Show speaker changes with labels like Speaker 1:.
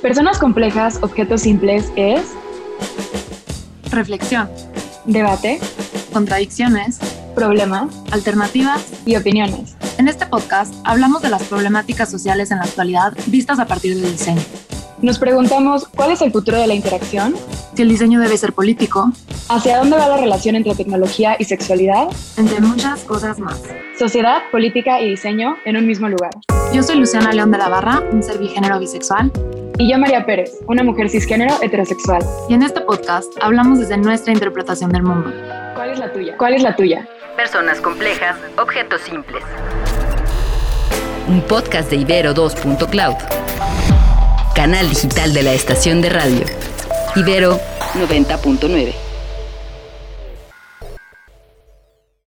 Speaker 1: Personas complejas, objetos simples es
Speaker 2: Reflexión,
Speaker 1: debate,
Speaker 2: contradicciones,
Speaker 1: problemas
Speaker 2: alternativas.
Speaker 1: y opiniones.
Speaker 2: En este podcast hablamos de las problemáticas sociales en la actualidad vistas a partir del diseño.
Speaker 1: Nos preguntamos cuál es el futuro de la interacción,
Speaker 2: Si el diseño debe ser político,
Speaker 1: hacia dónde va la relación entre tecnología y sexualidad,
Speaker 2: entre muchas cosas más.
Speaker 1: sociedad, política y diseño en un mismo lugar.
Speaker 2: Yo soy Luciana León de la Barra, un ser bigénero bisexual,
Speaker 1: Y yo María Pérez, una mujer cisgénero heterosexual.
Speaker 2: y en este podcast hablamos desde nuestra interpretación del mundo.
Speaker 1: ¿Cuál es la tuya? ¿Cuál es la tuya?
Speaker 3: Personas complejas, objetos simples.
Speaker 4: un podcast de Ibero 2.cloud, canal digital de la estación de radio Ibero 90.9.